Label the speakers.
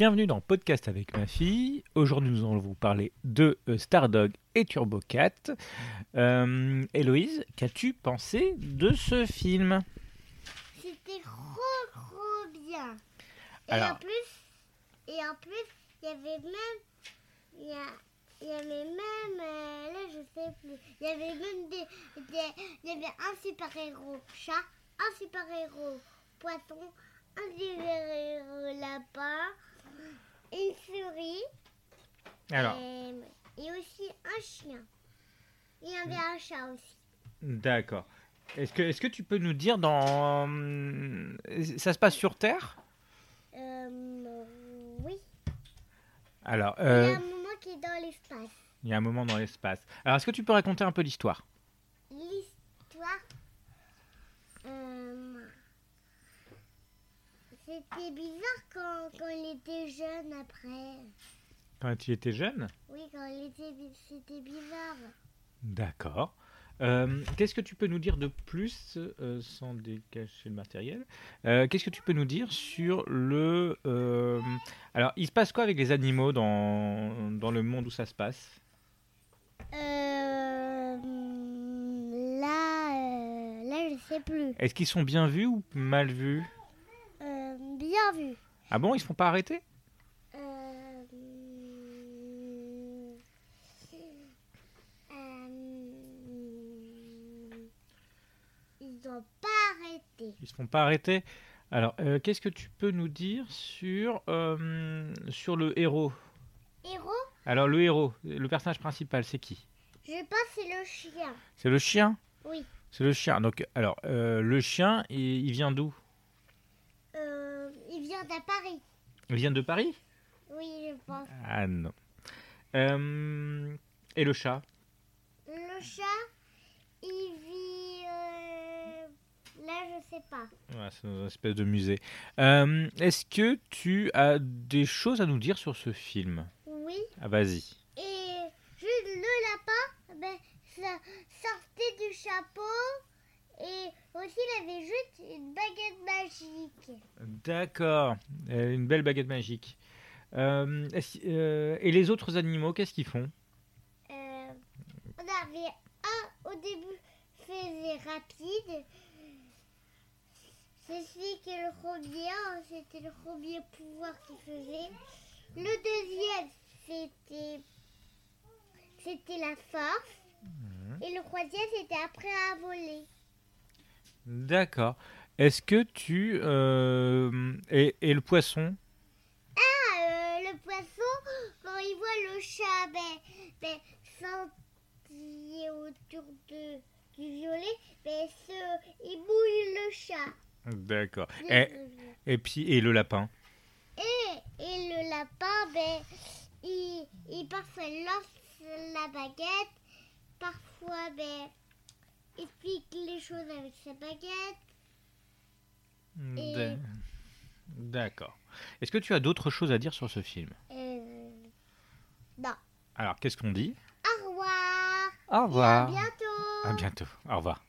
Speaker 1: Bienvenue dans Podcast avec ma fille. Aujourd'hui, nous allons vous parler de euh, Stardog et TurboCat. Euh, Héloïse, qu'as-tu pensé de ce film
Speaker 2: C'était trop trop bien. Et en
Speaker 1: Alors.
Speaker 2: plus, et en plus, il y avait même, il y, a- il y avait même, euh, là je sais plus, il y avait même des, des- il y avait un super héros chat, un super héros poisson, un super héros lapin, une souris
Speaker 1: Alors,
Speaker 2: et, et aussi un chien. Il y avait
Speaker 1: Hmm.
Speaker 2: un chat aussi.
Speaker 1: d'accord. Est-ce que, est-ce que tu peux nous dire dans... euh, Ça se passe sur Terre
Speaker 2: Euh, oui.
Speaker 1: Alors,
Speaker 2: Il y
Speaker 1: euh,
Speaker 2: a un moment qui est dans l'espace.
Speaker 1: il y a un moment dans l'espace. Alors, est-ce que tu peux raconter un peu l'histoire
Speaker 2: l'histoire. euh, C'était bizarre quand, quand il était jeune après.
Speaker 1: Quand tu étais jeune
Speaker 2: Oui, quand il était bi- c'était bizarre.
Speaker 1: D'accord. Euh, qu'est-ce que tu peux nous dire de plus, euh, sans décacher le matériel Euh, Qu'est-ce que tu peux nous dire sur le... euh, Alors, il se passe quoi avec les animaux dans, dans le monde où ça se passe
Speaker 2: Euh, là, euh, là, je sais plus.
Speaker 1: Est-ce qu'ils sont bien vus ou mal vus
Speaker 2: Euh, bien vu.
Speaker 1: Ah bon, ils se font pas arrêter
Speaker 2: Euh, euh, ils n'ont pas arrêté.
Speaker 1: Ils se font pas arrêter alors, euh, qu'est-ce que tu peux nous dire sur, euh, sur le héros
Speaker 2: Héros
Speaker 1: Alors, le héros, le personnage principal, c'est qui
Speaker 2: Je pense que c'est le chien.
Speaker 1: C'est le chien
Speaker 2: Oui.
Speaker 1: C'est le chien. Donc, alors, euh, le chien, il- il vient d'où
Speaker 2: Euh, il vient d'à Paris.
Speaker 1: Il vient de Paris
Speaker 2: Oui, je pense.
Speaker 1: Ah non. Euh, et le chat
Speaker 2: Le chat, il vit. euh, Là, je sais pas.
Speaker 1: Ouais, C'est dans une espèce de musée. Euh, Est-ce que tu as des choses à nous dire sur ce film
Speaker 2: Oui.
Speaker 1: Ah, vas-y.
Speaker 2: Et juste le lapin, ben, ça sortait du chapeau. Et aussi, il avait juste une baguette magique.
Speaker 1: D'accord. Euh, Une belle baguette magique. Euh, est-ce- euh, et les autres animaux, qu'est-ce qu'ils font
Speaker 2: Euh, on avait un au début, faisait rapide. C'est celui qui est le premier, hein, c'était le premier pouvoir qu'il faisait. Le deuxième, c'était c'était la force. Et le troisième, c'était après à voler.
Speaker 1: D'accord. Est-ce que tu... euh, et, et le poisson
Speaker 2: Ah, euh, le poisson, quand il voit le chat, ben, ben, sentir autour de, du violet, ben, se- il mouille le chat.
Speaker 1: D'accord.
Speaker 2: Le-
Speaker 1: Et, et puis, et le lapin
Speaker 2: Et, et le lapin, ben, il, il parfois lance la baguette, parfois ben, il pique les choses avec sa baguette.
Speaker 1: D'a- D'accord. Est-ce que tu as d'autres choses à dire sur ce film
Speaker 2: Euh, non.
Speaker 1: Alors, qu'est-ce qu'on dit
Speaker 2: Au revoir.
Speaker 1: Au
Speaker 2: À
Speaker 1: revoir.
Speaker 2: bientôt.
Speaker 1: À bientôt. Au revoir.